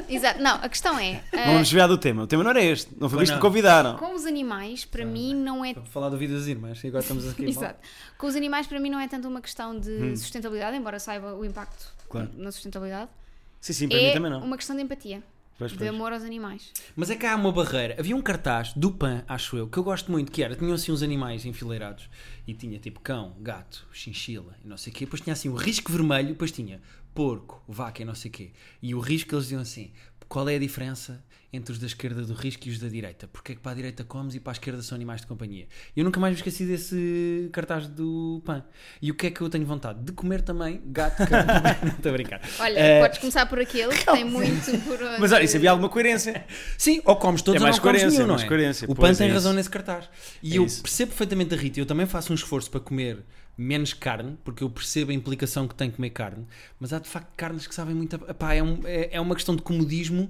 Exato, não, a questão é: ah,
Vamos desviar do tema. O tema não era este. Não foi
Pois
isto que
não.
me convidaram.
com os animais, para mim, não é.
Para falar do vídeo das irmãs, e agora estamos aqui. mal.
Exato. Com os animais, para mim, não é tanto uma questão de sustentabilidade, embora saiba o impacto
Hum. Claro.
na sustentabilidade.
Sim, sim, para mim
É
também não.
uma questão de empatia,
Pois,
de
pois.
amor aos animais.
Mas é que há uma barreira. Havia um cartaz do PAN, acho eu, que eu gosto muito, que era, tinham assim uns animais enfileirados e tinha tipo cão, gato, chinchila e não sei o quê. Depois tinha assim o risco vermelho, depois tinha porco, vaca e não sei o quê. E o risco eles diziam assim, qual é a diferença entre os da esquerda do risco e os da direita? Porque é que para a direita comes e para a esquerda são animais de companhia? Eu nunca mais me esqueci desse cartaz do PAN. E o que é que eu tenho vontade? De comer também gato, cão, não estou a brincar.
Olha,
Eh,
podes começar por aquele que tem muito por. onde-
É. Mas olha, isso havia alguma coerência.
Sim, ou comes todos
É
ou
mais
não comes
coerência,
nenhum,
é
não
mais
é?
coerência,
o PAN
pois,
tem
é
razão
isso.
nesse cartaz. E
É
eu
isso.
percebo perfeitamente a Rita, eu também faço um esforço para comer menos carne, porque eu percebo a implicação que tem comer carne, mas há de facto carnes que sabem muito... a- Epá, é, um- é- é uma questão de comodismo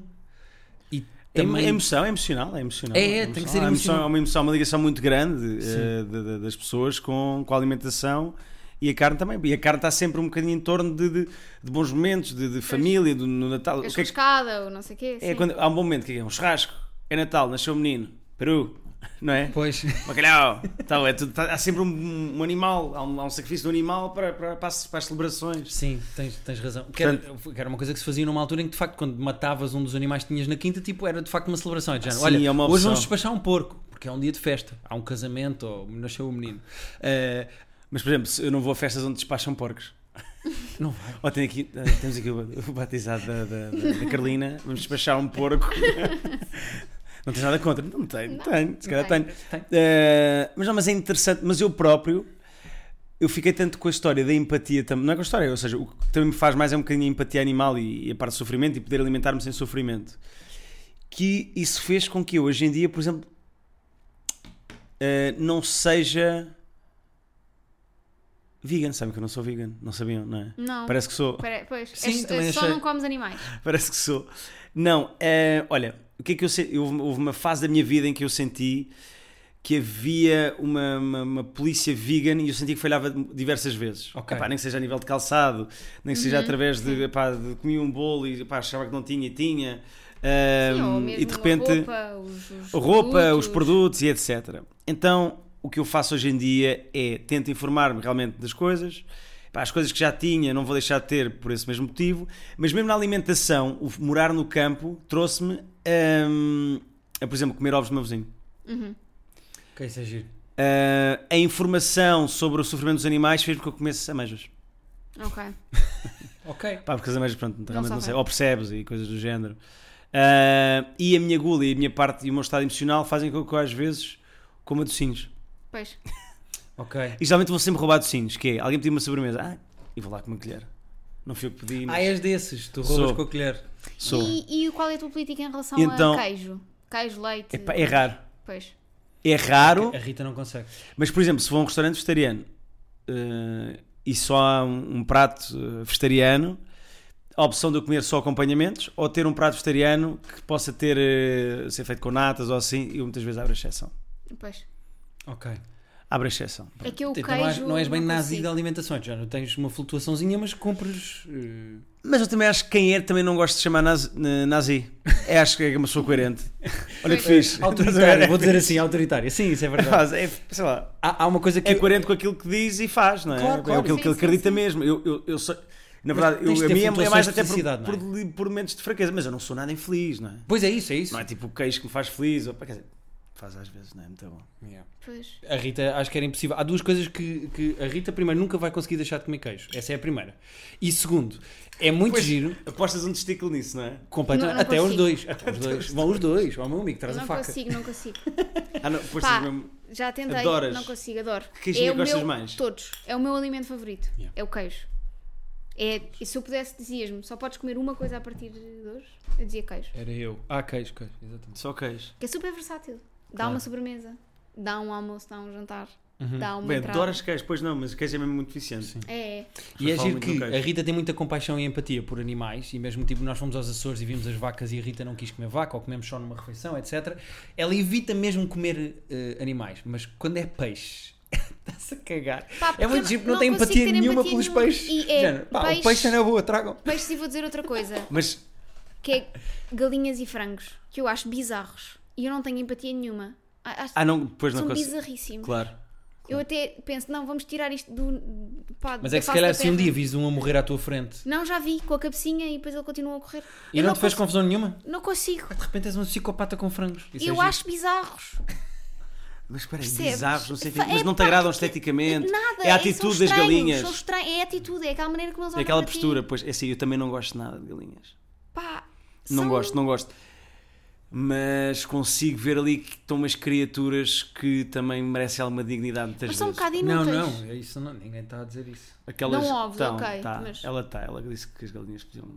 e
É emo-
também...
É emoção, é emocional, é emocional.
É, é, tem que ser
É
emocional.
É uma emoção, uma ligação muito grande eh, da- da- das pessoas com, com a alimentação e a carne também. E a carne está sempre um bocadinho em torno de, de- de bons momentos, de, de família, do, no Natal.
A
O que é que-
churrascada ou não sei o quê.
é
sim.
quando- há um bom momento que é um churrasco, é Natal, nasceu um menino, Peru, não é?
Pois,
Bacalhau! Então, é tudo- tá- há sempre um, um animal, há um, há um sacrifício do animal para, para, para as, para as celebrações.
sim, tens, tens razão. Que era, que era uma coisa que se fazia numa altura em que, de facto, quando matavas um dos animais que tinhas na quinta, tipo, era de facto uma celebração. É de género,
Sim,
Olha,
é uma
hoje
opção.
vamos despachar um porco, porque é um dia de festa. Há um casamento, ou nasceu um menino. Eh,
Mas, por exemplo, se- eu não vou a festas onde despacham porcos.
não vai.
Ó, tem aqui, eh, temos aqui o o batizado da, da- da- da Carolina, vamos despachar um porco. Não tens nada contra? Não tenho, tenho, se calhar
tenho.
tenho. Eh, mas não, mas é interessante, mas eu próprio, eu fiquei tanto com a história da empatia também, não é com a história, ou seja, o que também me faz mais é um bocadinho a empatia animal e, e a parte do sofrimento e poder alimentar-me sem sofrimento. Que isso fez com que eu hoje em dia, por exemplo, eh, não seja vegan, sabem que eu não sou vegan, não sabiam, não é?
Não.
Parece que sou.
Pera- pois,
Sim,
és- eh,
também
só
achei.
não comes animais.
Parece que sou. Não, eh, olha, o que é que eu sei? Houve, houve uma fase da minha vida em que eu senti que havia uma, uma- uma polícia vegan e eu senti que falhava diversas vezes.
Ok.
Epá, nem que seja a nível de calçado, nem que
Uhum,
seja através de, epá, de comi um bolo e epá, achava que não tinha e tinha. Ahm,
Sim, ou mesmo
e de
a
repente
roupa, os, os
a roupa, os produtos e etc. Então, o que eu faço hoje em dia é tento informar-me realmente das coisas. Pá, As coisas que já tinha, não vou deixar de ter por esse mesmo motivo. Mas mesmo na alimentação, o morar no campo trouxe-me hum, a, por exemplo, comer ovos de meu vizinho.
Uhum.
Ok, isso é giro.
Ah, a informação sobre o sofrimento dos animais fez com que eu comesse ameijas.
Ok.
Ok.
Pá, porque as ameijas, pronto, realmente não
sofrem.
sei. Ou percebes e coisas do género. Ah, e a minha gula e a minha parte e o meu estado emocional fazem com que eu, às vezes, coma docinhos.
Pois.
Ok.
E geralmente vou sempre roubar docinhos, que é alguém pediu uma sobremesa, ah, e vou lá com uma colher. Não fui eu que pedi,
Ah,
mas
és desses, tu roubas
Sou.
com a colher.
sou.
E, e qual é a tua política em relação
Então-
a queijo? Queijo, leite?
Epá, é raro.
Pois.
É raro,
A Rita não consegue.
mas por exemplo, se for a um restaurante vegetariano eh, e só há um, um prato eh, vegetariano, a opção de eu comer só acompanhamentos ou ter um prato vegetariano que possa ter, eh, ser feito com natas ou assim, eu muitas vezes abro a exceção.
Pois.
Ok.
Abro a exceção.
É que eu o
Então, não, és,
queijo.
não és bem
não
nazi da
consigo.
alimentação, já não tens uma flutuaçãozinha, mas compras. eh,
Mas eu também acho que quem é também não gosta de chamar nazi. nazi. É, acho que é uma pessoa coerente. Olha que fiz.
eh, autoritária, vou dizer assim, autoritária. Sim, isso é verdade.
Faz, é, sei lá,
Há, há uma coisa que.
é coerente com aquilo que diz e faz, não é?
Tipo, Claro, claro.
É aquilo
Sim,
que ele
sim,
acredita
sim.
mesmo. Eu, eu, eu sou- na
Mas
verdade, eu,
tens de
a
ter
minha é mais
flutuações
até por,
de felicidade,
por,
não
por momentos de fraqueza, mas eu não sou nada infeliz, não é?
Pois é, isso, é isso.
Não é tipo o queijo que me faz feliz, ou, pá, quer dizer, faz às vezes, não é? Muito bom.
Yeah.
Pois.
A Rita, acho que era impossível. Há duas coisas que, que a Rita, primeiro, nunca vai conseguir deixar de comer queijo. Essa é a primeira. E segundo, é muito
Pois,
giro.
Apostas um testículo nisso, não é?
Completamente.
Não- não
até os
consigo.
dois. Até os dois. Vão os dois. Ó, meu amigo, traz a
Eu não
faca.
consigo, não consigo.
Ah, não, apostas
Pá,
mesmo.
já tentei.
Adoras?
Não consigo, adoro.
Que queijinho
é o
gostas
meu,
mais?
Todos. É o meu alimento favorito.
Yeah.
É o queijo. É, e se eu pudesse, dizias-me, só podes comer uma coisa a partir de hoje? Eu dizia queijo.
Era eu. Ah, queijo, queijo. Exatamente.
Só queijo.
Que é super versátil. Dá
Claro.
uma sobremesa, dá um almoço, dá um jantar. Dá uma
Uhum. Bem,
entrada.
adoro as queijo, pois não, mas o queijo é mesmo muito eficiente.
É, é.
E é
Fala
giro
muito
que
no queijo.
a Rita tem muita compaixão e empatia por animais, e mesmo tipo nós fomos aos Açores e vimos as vacas e a Rita não quis comer vaca, ou comemos só numa refeição, etc. Ela evita mesmo comer eh, animais, mas quando é peixe, está-se a cagar.
Pá, porque
é muito
eu
giro, porque não
não
tem
consigo
empatia
ter
nenhuma
empatia
pelos
nenhuma.
peixes.
E é
Género, pá,
peixe-
O peixe é na boa, tragam.
Peixe, e vou dizer outra coisa,
Mas
que é galinhas e frangos, que eu acho bizarros. E eu não tenho empatia nenhuma. A- Acho
ah não, depois
são
não consigo.
bizarríssimos.
Claro.
Eu até penso, não, vamos tirar isto do. Pá,
Mas
da
é que se
face
calhar
da
se um
terra.
dia vis um a morrer à tua frente
Não, já vi, com a cabecinha e depois ele continua a correr.
e
eu
não te fez confusão nenhuma,
Não consigo.
de repente és um psicopata com frangos. Isso é
eu
giro.
acho bizarros.
Mas espera aí,
Percebes?
bizarros, não sei o quê,
Fa-
mas
é
não te
pá,
agradam esteticamente.
Nada.
é a
são
atitude das
estranhos,
galinhas.
são estran- É a atitude, é aquela maneira como eles
É
olham
aquela
para ti.
postura, pois, é assim, eu também não gosto nada de galinhas.
Pá,
Não
são-
gosto, não gosto. Mas consigo ver ali que estão umas criaturas que também merecem alguma dignidade muitas
Mas são um
vezes.
bocado
Não,
inúteis.
não, é isso não, ninguém está a dizer isso.
Aquelas
Não ovos,
tão,
ok,
tá,
mas-
Ela está, ela disse que as galinhas podiam.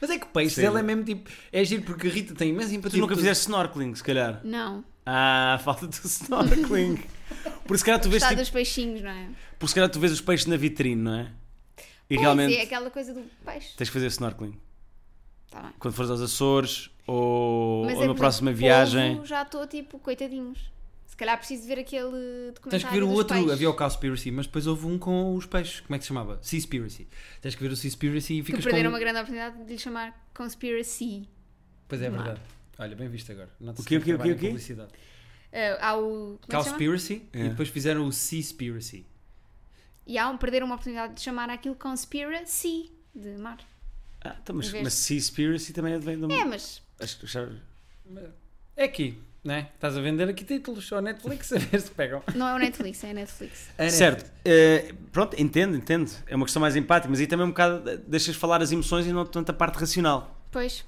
Mas é que peixe,
Sim.
ela é mesmo tipo. É giro porque a Rita tem imensa
tu
empatia.
nunca
por-
fizeste snorkeling, se calhar.
Não.
Ah, falta do snorkeling. Por se calhar tu vês
Está
tipo,
dos peixinhos, não é?
por se calhar tu vês os peixes na vitrine, não é? E
Pois,
realmente
é aquela coisa do peixe.
tens que fazer snorkeling.
Tá bem.
Quando fores aos Açores ou,
Mas
ou
é,
na
por
próxima
exemplo,
viagem.
polvo, já estou tipo, coitadinhos. Se calhar preciso ver aquele documentário.
Tens que ver o
dos
outro,
peixes.
havia o Cowspiracy, mas depois houve um com os peixes. Como é que se chamava? Seaspiracy. Tens que ver o Seaspiracy e
Que
ficas com.
perderam uma grande oportunidade de lhe chamar Conspiracy.
Pois é, é verdade. Olha, bem visto agora. Nota-se
O quê, o quê, o quê,
trabalho
o quê?
em publicidade.
Ah, há o. Como é que se chama?
Cowspiracy
É.
e depois fizeram o Seaspiracy.
E há um perderam uma oportunidade de chamar aquilo Conspiracy de mar.
Ah, então, mas,
Em vez
mas Seaspiracy também vem de um.
É, mas
Acho que já-
É aqui, né? Estás a vender aqui títulos só Netflix a ver se pegam.
não é o Netflix, é a Netflix.
A
Certo, Eh, pronto, entendo, entendo. É uma questão mais empática, mas aí também um bocado de- deixas falar as emoções e não tanto a parte racional,
Pois,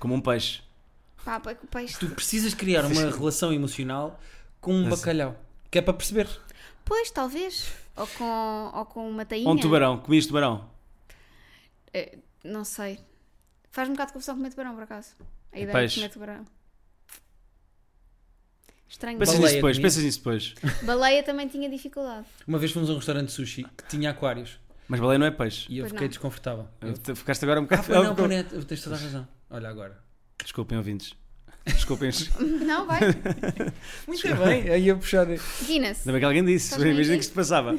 como um peixe.
pá, pá, que peixe.
Tu precisas criar uma relação emocional com um bacalhau. Que é para perceber.
Pois, talvez. Ou com, ou com uma tainha.
Ou um
é.
tubarão, comias tubarão.
Eh, não sei. Faz-me um bocado de confusão comer tubarão, por acaso. A ideia
Peixe.
de comer tubarão. Estranho.
Pensas
Baleia
nisso depois,
comias?
pensas nisso depois.
Baleia também tinha dificuldade.
Uma vez fomos a um restaurante de sushi que tinha aquários
Mas baleia não é peixe.
e eu
Pois
fiquei
não.
desconfortável. Eu-
Tu Ficaste agora um
Ah,
bocado.
foi, não, foi, net- tens toda a razão. Olha agora.
Desculpem, ouvintes. Desculpem. Ainda
Não, vai.
Muito bem, aí a puxar.
Guinness.
bem que alguém
Tá
disse.
Estás bem
Imagina que
aqui?
isto passava.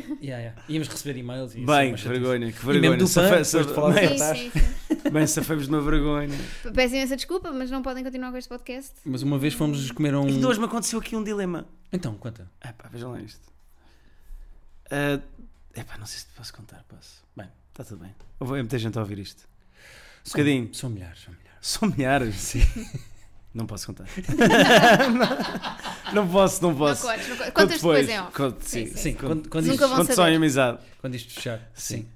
Íamos receber e-mails e isso é
Bem,
uma
que
chatice.
vergonha, que
mesmo
vergonha.
do
Safa-
pão,
sa-
depois de falar
bem,
do pão.
Sim, sim, sim.
bem, safamos de uma vergonha.
Peço imensa desculpa, mas não podem continuar com este podcast.
Mas uma vez fomos comer a um.
E de hoje me aconteceu aqui um dilema.
Então, conta.
Epá, vejam lá isto. Ah, epá, não sei se te posso contar, posso. Bem, está tudo bem. Houve- É muita gente a ouvir isto. Um bocadinho.
São milhares, são milhares.
São milhares. Não posso contar. não posso, não posso.
Não cortes, não cortes. Contas depois, é off.
Conto, sim,
Sim,
Sim, quando, quando,
Nunca
isto,
vão
Conto só
saber.
em amizade.
quando isto fechar.
Sim.
Sim.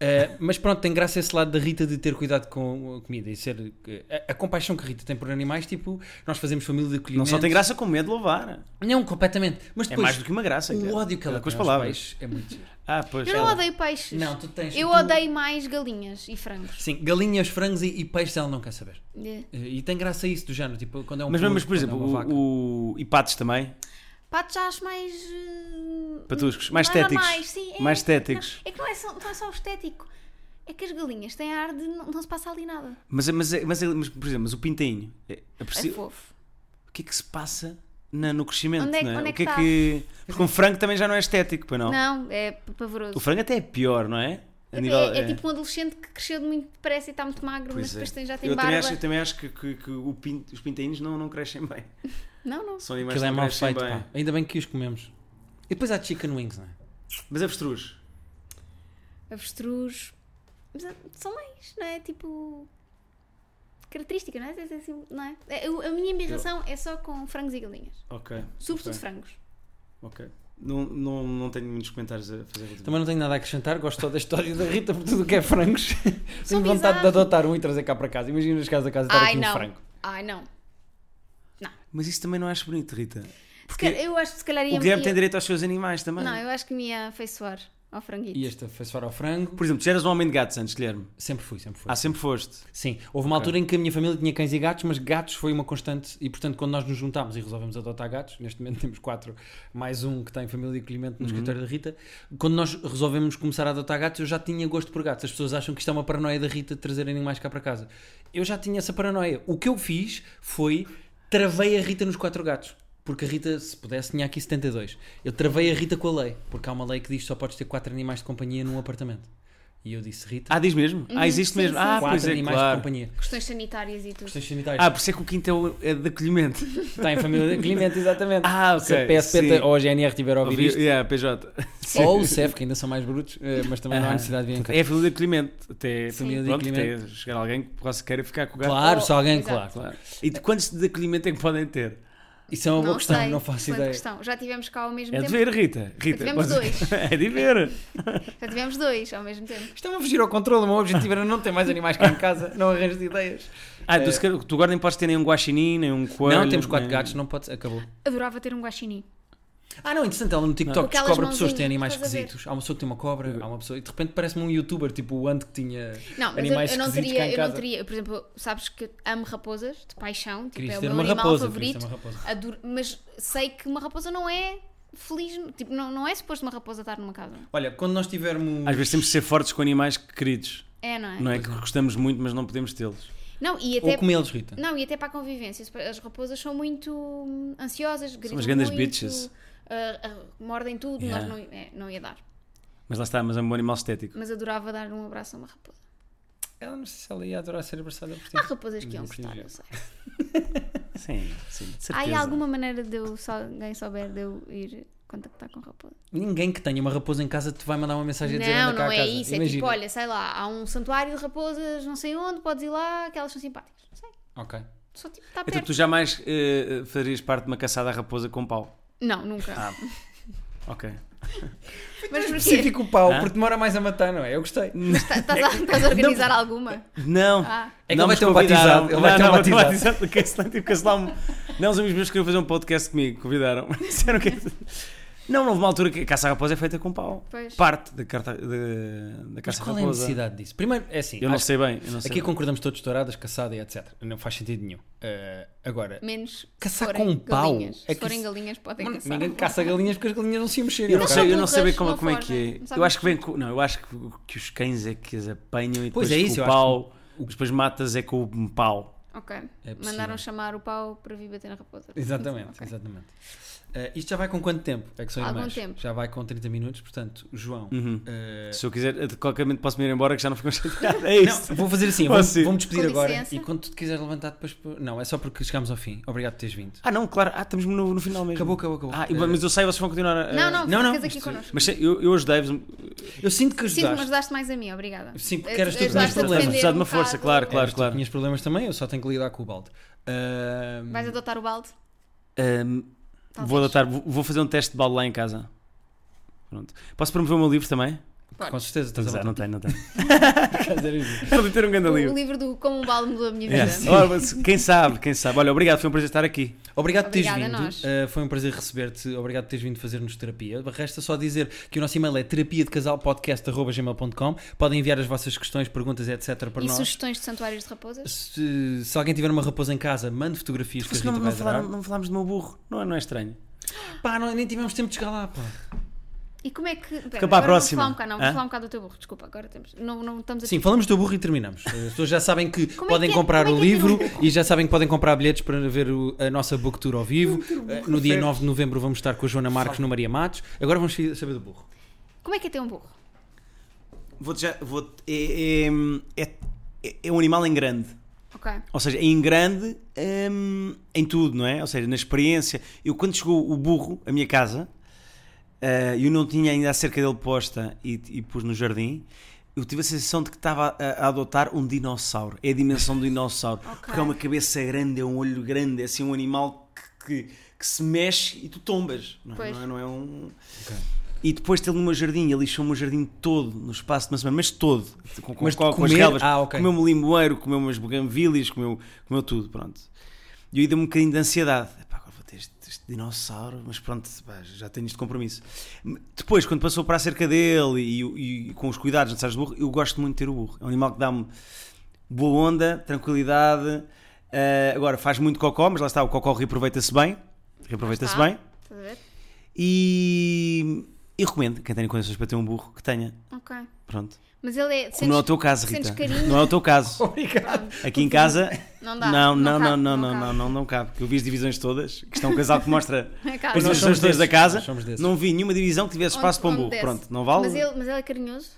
Ah, mas pronto, tem graça esse lado da Rita de ter cuidado com a comida e ser. eh, A, a compaixão que a Rita tem por animais, tipo, nós fazemos família de
Não
acolhimento.
só tem graça como medo de louvar.
Não, completamente. Mas
É
depois,
mais do que uma graça.
o
cara. É
ódio que ela
Com as
tem aos
palavras.
peixes é muito giro.
Ah, pois.
Eu não
ela-
odeio peixes.
Não, tu tens.
Eu
tu-
odeio mais galinhas e frangos.
Sim, galinhas, frangos e, e peixes ela não quer saber.
É.
E tem graça isso do género, tipo, quando é um
Mas,
porco,
mesmo, mas, por
quando é
exemplo,
uma vaca.
o, o... e patos também.
Patos já acho mais. eh,
Patuscos. Mais
não é
estéticos.
normais, sim, é.
Mais estéticos.
É que não é, só, não é só o estético. É que as galinhas têm ar de não, não se passa ali nada.
Mas, mas, mas, mas, por exemplo, mas o pintainho. É,
É
aprecio-
fofo.
o que é que se passa na- no crescimento?
Onde é que-
não
onde é
o que
que
é
tá?
que. Porque um frango também já não é estético, pois não?
Não, é p-
O
pavoroso.
frango até é pior, não é? A
É,
nível-
é- é
é.
tipo um adolescente que cresceu de muito depressa e está muito magro, mas
Pois é.
depois tem- já tem
eu,
barba.
também acho, eu também acho que, que- que o pin- os pintainhos não, não crescem bem.
Não, não.
São animais
Aquilo
que
é
não
mal
crescem
feito,
bem.
pá. Ainda bem que os comemos. E depois há chicken wings, não é?
Mas avestruz.
Avestruz. Mas é- são mais, não é? Tipo. Característica, não é? É assim, não é? É- eu- A minha imigração é só com frangos e galinhas.
Ok.
Sobretudo
ok,
frangos.
ok. Não, não, não tenho muitos comentários a fazer. relativamente-
Também não tenho nada a acrescentar, gosto só da história da Rita por tudo o que é frangos. Tenho vontade de
bizarros.
adotar um e trazer cá para casa. Imagina as casas da casa e estar
Ai
aqui um
não.
frango.
Ai não.
Mas isso também não acho bonito, Rita.
Se calhar- eu acho que se calhar ia
O Guilherme tem direito aos seus animais também.
Não, eu acho que me ia afeiçoar ao franguito.
E esta foi fora ao frango.
Por exemplo, tu já eras um homem de gatos antes, Guilherme.
Sempre fui, sempre fui.
Ah, sempre foste.
Sim, houve uma
É.
altura em que a minha família tinha cães e gatos, mas gatos foi uma constante e, portanto, quando nós nos juntámos e resolvemos adotar gatos, neste momento temos quatro, mais um que está em família de acolhimento
Uhum.
no escritório da Rita, quando nós resolvemos começar a adotar gatos, eu já tinha gosto por gatos. As pessoas acham que isto é uma paranoia da Rita de trazer animais cá para casa. Eu já tinha essa paranoia. O que eu fiz foi travei a Rita nos quatro gatos. Porque a Rita, se pudesse, tinha aqui 72. Eu travei a Rita com a lei, porque há uma lei que diz que só podes ter quatro animais de companhia num apartamento. E eu disse, Rita,
Ah, diz mesmo? ah, existe
sim,
mesmo.
Uhum. sim,
Ah,
sim.
pois
quatro
é,
animais de
claro.
companhia.
Questões sanitárias e tudo.
Questões sanitárias.
Ah, por isso é que o quinto é, o- é de acolhimento.
Está tá em família de acolhimento, exatamente.
Ah, ok,
Se a PSP
sim.
ou a GNR tiver a ouvir
Ouvi-
isto,
yeah, PJ.
ou o CEF, que ainda são mais brutos, eh, mas também não há
Ah.
necessidade de virem cá.
É a família de acolhimento. Até,
Família de
pronto,
acolhimento.
até chegar alguém que possa querer ficar com o gato.
Claro, se alguém,
Exato.
claro, claro.
E de quantos de acolhimento é que podem ter?
Isso é uma boa questão,
sei,
não faço
excelente
ideia.
questão. Já tivemos cá ao mesmo
É de
tempo.
ver, Rita. Rita
tivemos
podes-
dois.
é de ver.
Já tivemos dois ao mesmo tempo.
Estava a é um fugir ao controle, o meu objetivo era não ter mais animais cá em casa, não arranjo de ideias.
Ah,
É.
tu, se calhar- tu agora nem podes ter nem um guaxinim, nem um coelho.
não, temos quatro
nem-
gatos, não pode. Acabou.
Adorava ter um guaxinim.
Ah, não, interessante, ela no TikTok
Com aquelas
descobre pessoas que têm animais
mãozinhas, estás a ver?
esquisitos. Há uma pessoa que tem uma cobra, há uma pessoa. E de repente parece-me um youtuber, tipo o Ant que tinha
Não, mas eu,
animais
eu não
esquisitos cá
teria,
em
eu não
casa.
teria, por exemplo, sabes que amo raposas de paixão, tipo,
Querias
é o
ter
meu
uma
animal
raposa,
favorito.
querias ter uma
Adoro- mas sei que uma raposa não é feliz, tipo, não, não é suposto uma raposa estar numa casa.
Olha, quando nós tivermos.
Às vezes temos de ser fortes com animais queridos.
É, não é?
Não é que gostamos muito, mas não podemos tê-los.
Não, e até
Ou comê-los, Rita.
Não, e até para a convivência. As raposas são muito hum, ansiosas, gritam
umas grandes
muito,
bitches.
ah, ah, mordem tudo,
Yeah.
nós não, é, não ia dar.
Mas lá está, mas é um bom animal estético.
Mas adorava dar um abraço a uma raposa.
Ela não sei se ela ia adorar ser abraçada por ti.
Há raposas que iam
Sim,
gostar,
sim.
eu sei.
Sim, sim. de
Há aí
certeza.
alguma maneira de eu, se alguém souber, de eu ir contactar com raposa?
Ninguém que tenha uma raposa em casa te vai mandar uma mensagem a dizer
não,
anda cá
não
a
é
casa.
isso. É tipo, olha, sei lá, há um santuário de raposas, não sei onde, podes ir lá, que elas são simpáticas. Não sei.
Ok.
Só tipo, está
Então
perto.
tu jamais eh, eh, farias parte de uma caçada à raposa com pau.
Não, nunca.
Ah. Ok.
Mas porquê?
Específico o pau,
Hã?
porque demora mais a matar, não é? Eu gostei.
Mas tá- Estás
É
a, estás a organizar alguma?
Não.
Ah.
É que
não
ele vai
me
ter um
convidaram.
batizado, ele vai
não,
ter um
não,
batizado.
batizado. Cancelar, tive que cancelar um... Não, os amigos meus queriam fazer um podcast comigo, convidaram. Disseram que... Não, não houve uma altura que a caça à raposa é feita com pau.
Pois.
Parte da, carta... da, da
Mas
caça à
qual é a
raposa.
necessidade disso? Primeiro, é assim.
Eu não
acho-
sei bem. Eu não sei
Aqui
bem.
concordamos todos, touradas, caçada e etc. Não faz sentido nenhum. Eh, agora,
Menos.
Caçar
se forem
com um pau?
galinhas.
É
Se
que
forem
isso-
galinhas, podem
Mano,
caçar.
ninguém caça galinhas porque as galinhas não se iam mexer.
Eu não
ok?
sei, eu não
Lucas,
sei bem como,
não
como é
forja,
que
não
é.
sabe
Eu acho que
mexer.
vem com. Não, eu acho que, que os cães é que as apanham e
Pois
depois
é isso,
com
eu
o
acho
pau. Depois matas é com o pau.
Ok.
possível.
Mandaram chamar o pau para vir bater na raposa.
Exatamente,
Ok.
exatamente. Eh, isto já vai com quanto tempo? É que são
Algum
irmãs.
tempo.
Já vai com 30 minutos, portanto, João.
Uhum.
eh,
É. Se eu quiser, eu de qualquer momento posso me ir embora que já não ficou chateado. É isso.
Não, vou fazer assim,
Ou
vou-
assim.
vou-me despedir
Com
agora.
licença.
E quando tu te quiseres levantar, depois. Não, é só porque chegámos ao fim. Obrigado por teres vindo.
Ah, não, claro. Ah, estamos no, no final mesmo.
Acabou, acabou, acabou.
Ah, e-
Eh,
mas eu sei, vocês vão continuar. a-
Não, não,
Não, não,
ficas aqui
isto-
connosco.
Mas sei, eu, eu ajudei-vos.
Eh, Eu sinto que
Sim, mas
ajudaste.
ajudaste mais a mim, obrigada.
Sim, porque eras tu que tinhas
Ajudaste a
problemas.
defender
Precisava de uma
um
força,
bocado.
claro, claro,
Tu
claro.
Tinhas problemas também, eu só tenho que lidar com o balde. Ahm,
Vais adotar o balde?
Ahm,
Talvez.
vou adotar, vou vou fazer um teste de balde lá em casa. Pronto. Posso promover o meu livro também?
com certeza, estás a
Não,
voltar
não tenho, não tenho.
a fazer isso.
Quero ter um grande
O,
livro.
o livro do Como um balde mudou a minha vida.
Yeah. Ora, mas quem sabe, quem sabe. Olha, obrigado, foi um prazer estar aqui.
Obrigado por teres
Obrigada a
vindo.
nós.
Ah, foi um prazer receber-te. Obrigado por teres vindo fazer-nos terapia. Resta só dizer que o nosso e-mail é terapia de casal Podem enviar as vossas questões, perguntas, etc. para
E
nós.
sugestões de santuários de raposas?
Se, se alguém tiver uma raposa em casa, mande fotografias que a
Porque
Rita
não,
vai
não,
adorar.
falaram- não falámos do meu burro, não é, não é estranho?
Pá, não, nem tivemos tempo de chegar lá, pá.
E como é que. Fica
para a próxima.
Vamos falar um bocado, não, vamos
Hã?
falar um bocado do teu burro, desculpa, agora temos. Não, não estamos a.
Sim, falamos do burro e terminamos. As pessoas já sabem que
Como é
podem
que é-
comprar
como é
o
que é ter
livro
um
e já sabem que podem comprar bilhetes para ver o- a nossa book tour ao vivo. Eh, no dia 9 de novembro vamos estar com a Joana Marques no Maria Matos. Agora vamos fi- saber do burro.
Como é que é ter um burro?
Vou já, vou, é, é, é- é um animal em grande.
Ok.
Ou seja, é em grande hum, em tudo, não é? Ou seja, na experiência. Eu quando chegou o burro à minha casa, eh, eu não tinha ainda a cerca dele posta e, e pus no jardim, eu tive a sensação de que estava a, a adotar um dinossauro. É a dimensão do dinossauro. Porque é uma cabeça grande, é um olho grande, é assim um animal que, que- que se mexe e tu tombas. Não é,
Pois.
não é, não é um...
Ok.
E depois tê-lo no meu jardim, ele lixou o meu jardim todo, no espaço de uma semana, mas todo. Com, com,
Mas de
com, com as
comer?
relvas.
Ah, ok.
Comeu-me limoeiro, comeu umas bugambilhas, comeu, comeu tudo, pronto. E eu ainda um bocadinho de um ansiedade. Epá, agora vou ter este, este dinossauro, mas pronto, pá, já tenho este compromisso. Depois, quando passou para a cerca dele e, e- e com os cuidados necessários do burro, eu gosto muito de ter o burro. É um animal que dá-me boa onda, tranquilidade. eh, agora, faz muito cocó, mas lá está, o cocó reaproveita-se bem. Reaproveita-se
Tá?
bem.
Estás a ver?
E, e recomendo, quem tem condições para ter um burro, que tenha.
Ok.
Pronto.
Mas ele é.
Como não é o
Sentes...
teu caso,
sentes
Rita.
carinho?
Não é o teu caso.
Obrigado.
Aqui em casa.
Não dá.
Não,
Não
não,
cabe, não
não, não, não,
cabe.
não, não, não cabe. Porque eu vi as divisões todas, que isto é um casal que mostra
É caso.
as
Nós somos
divisões todas da
desses,
casa.
nós somos desses.
Não vi nenhuma divisão que tivesse espaço para um burro.
desce.
Pronto, não vale?
Mas ele, mas ele é carinhoso?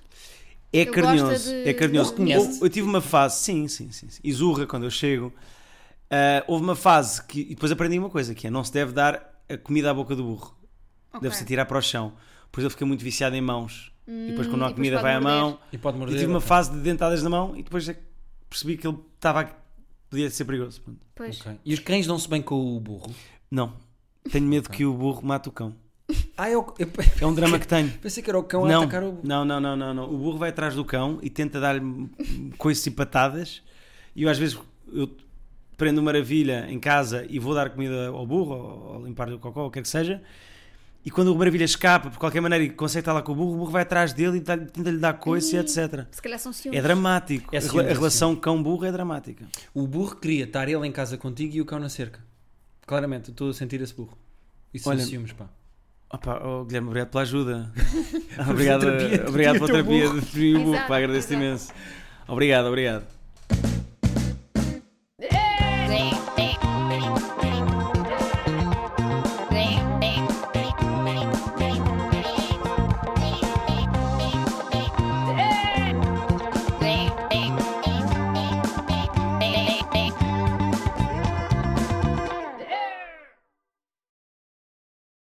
é
ele
carinhoso.
gosta de-
É carinhoso.
Ele conhece.
Eu, eu tive uma fase, sim, sim, sim. sim. Isurra quando eu chego. Ah, houve uma fase que. E depois aprendi uma coisa: que é não se deve dar a comida à boca do burro.
Ok.
Deve-se tirar para o chão. Pois eu fiquei muito viciado em mãos. e depois, quando não
Hum, e
há
depois
comida,
pode
vai à
morder.
mão.
E pode
Eu
morder.
tive uma
ok.
fase de dentadas na mão e depois é que percebi que ele estava a... podia ser perigoso. Pronto.
Pois.
Ok. E os cães dão-se bem com o burro?
Não. Tenho medo que o burro mate o cão.
Ah, eu, eu
É um drama que tenho.
pensei que era o cão a
Não,
atacar o burro.
não, não, não, não, não. O burro vai atrás do cão e tenta dar-lhe coisas e patadas. E eu às vezes eu prendo uma maravilha em casa e vou dar comida ao burro, ou, ou limpar o cocó, ou o que é que seja. E quando o maravilha escapa, por qualquer maneira, e consegue estar lá com o burro, o burro vai atrás dele e dá-lhe- tenta-lhe dar coisas e etc.
Se calhar são ciúmes.
É dramático.
É
a,
ciúmes,
rela-
é
a relação cão-burro é dramática.
O burro queria estar ele em casa contigo e o cão na cerca. Claramente, eu estou a sentir esse burro. Isso
Olha-
são ciúmes, pá.
Opa, oh, Guilherme, obrigado pela ajuda. obrigado
terapia,
obrigado
terapia
pela
teu
terapia de definir o
Exato,
burro, pá, agradeço
exato.
imenso. Obrigado, obrigado.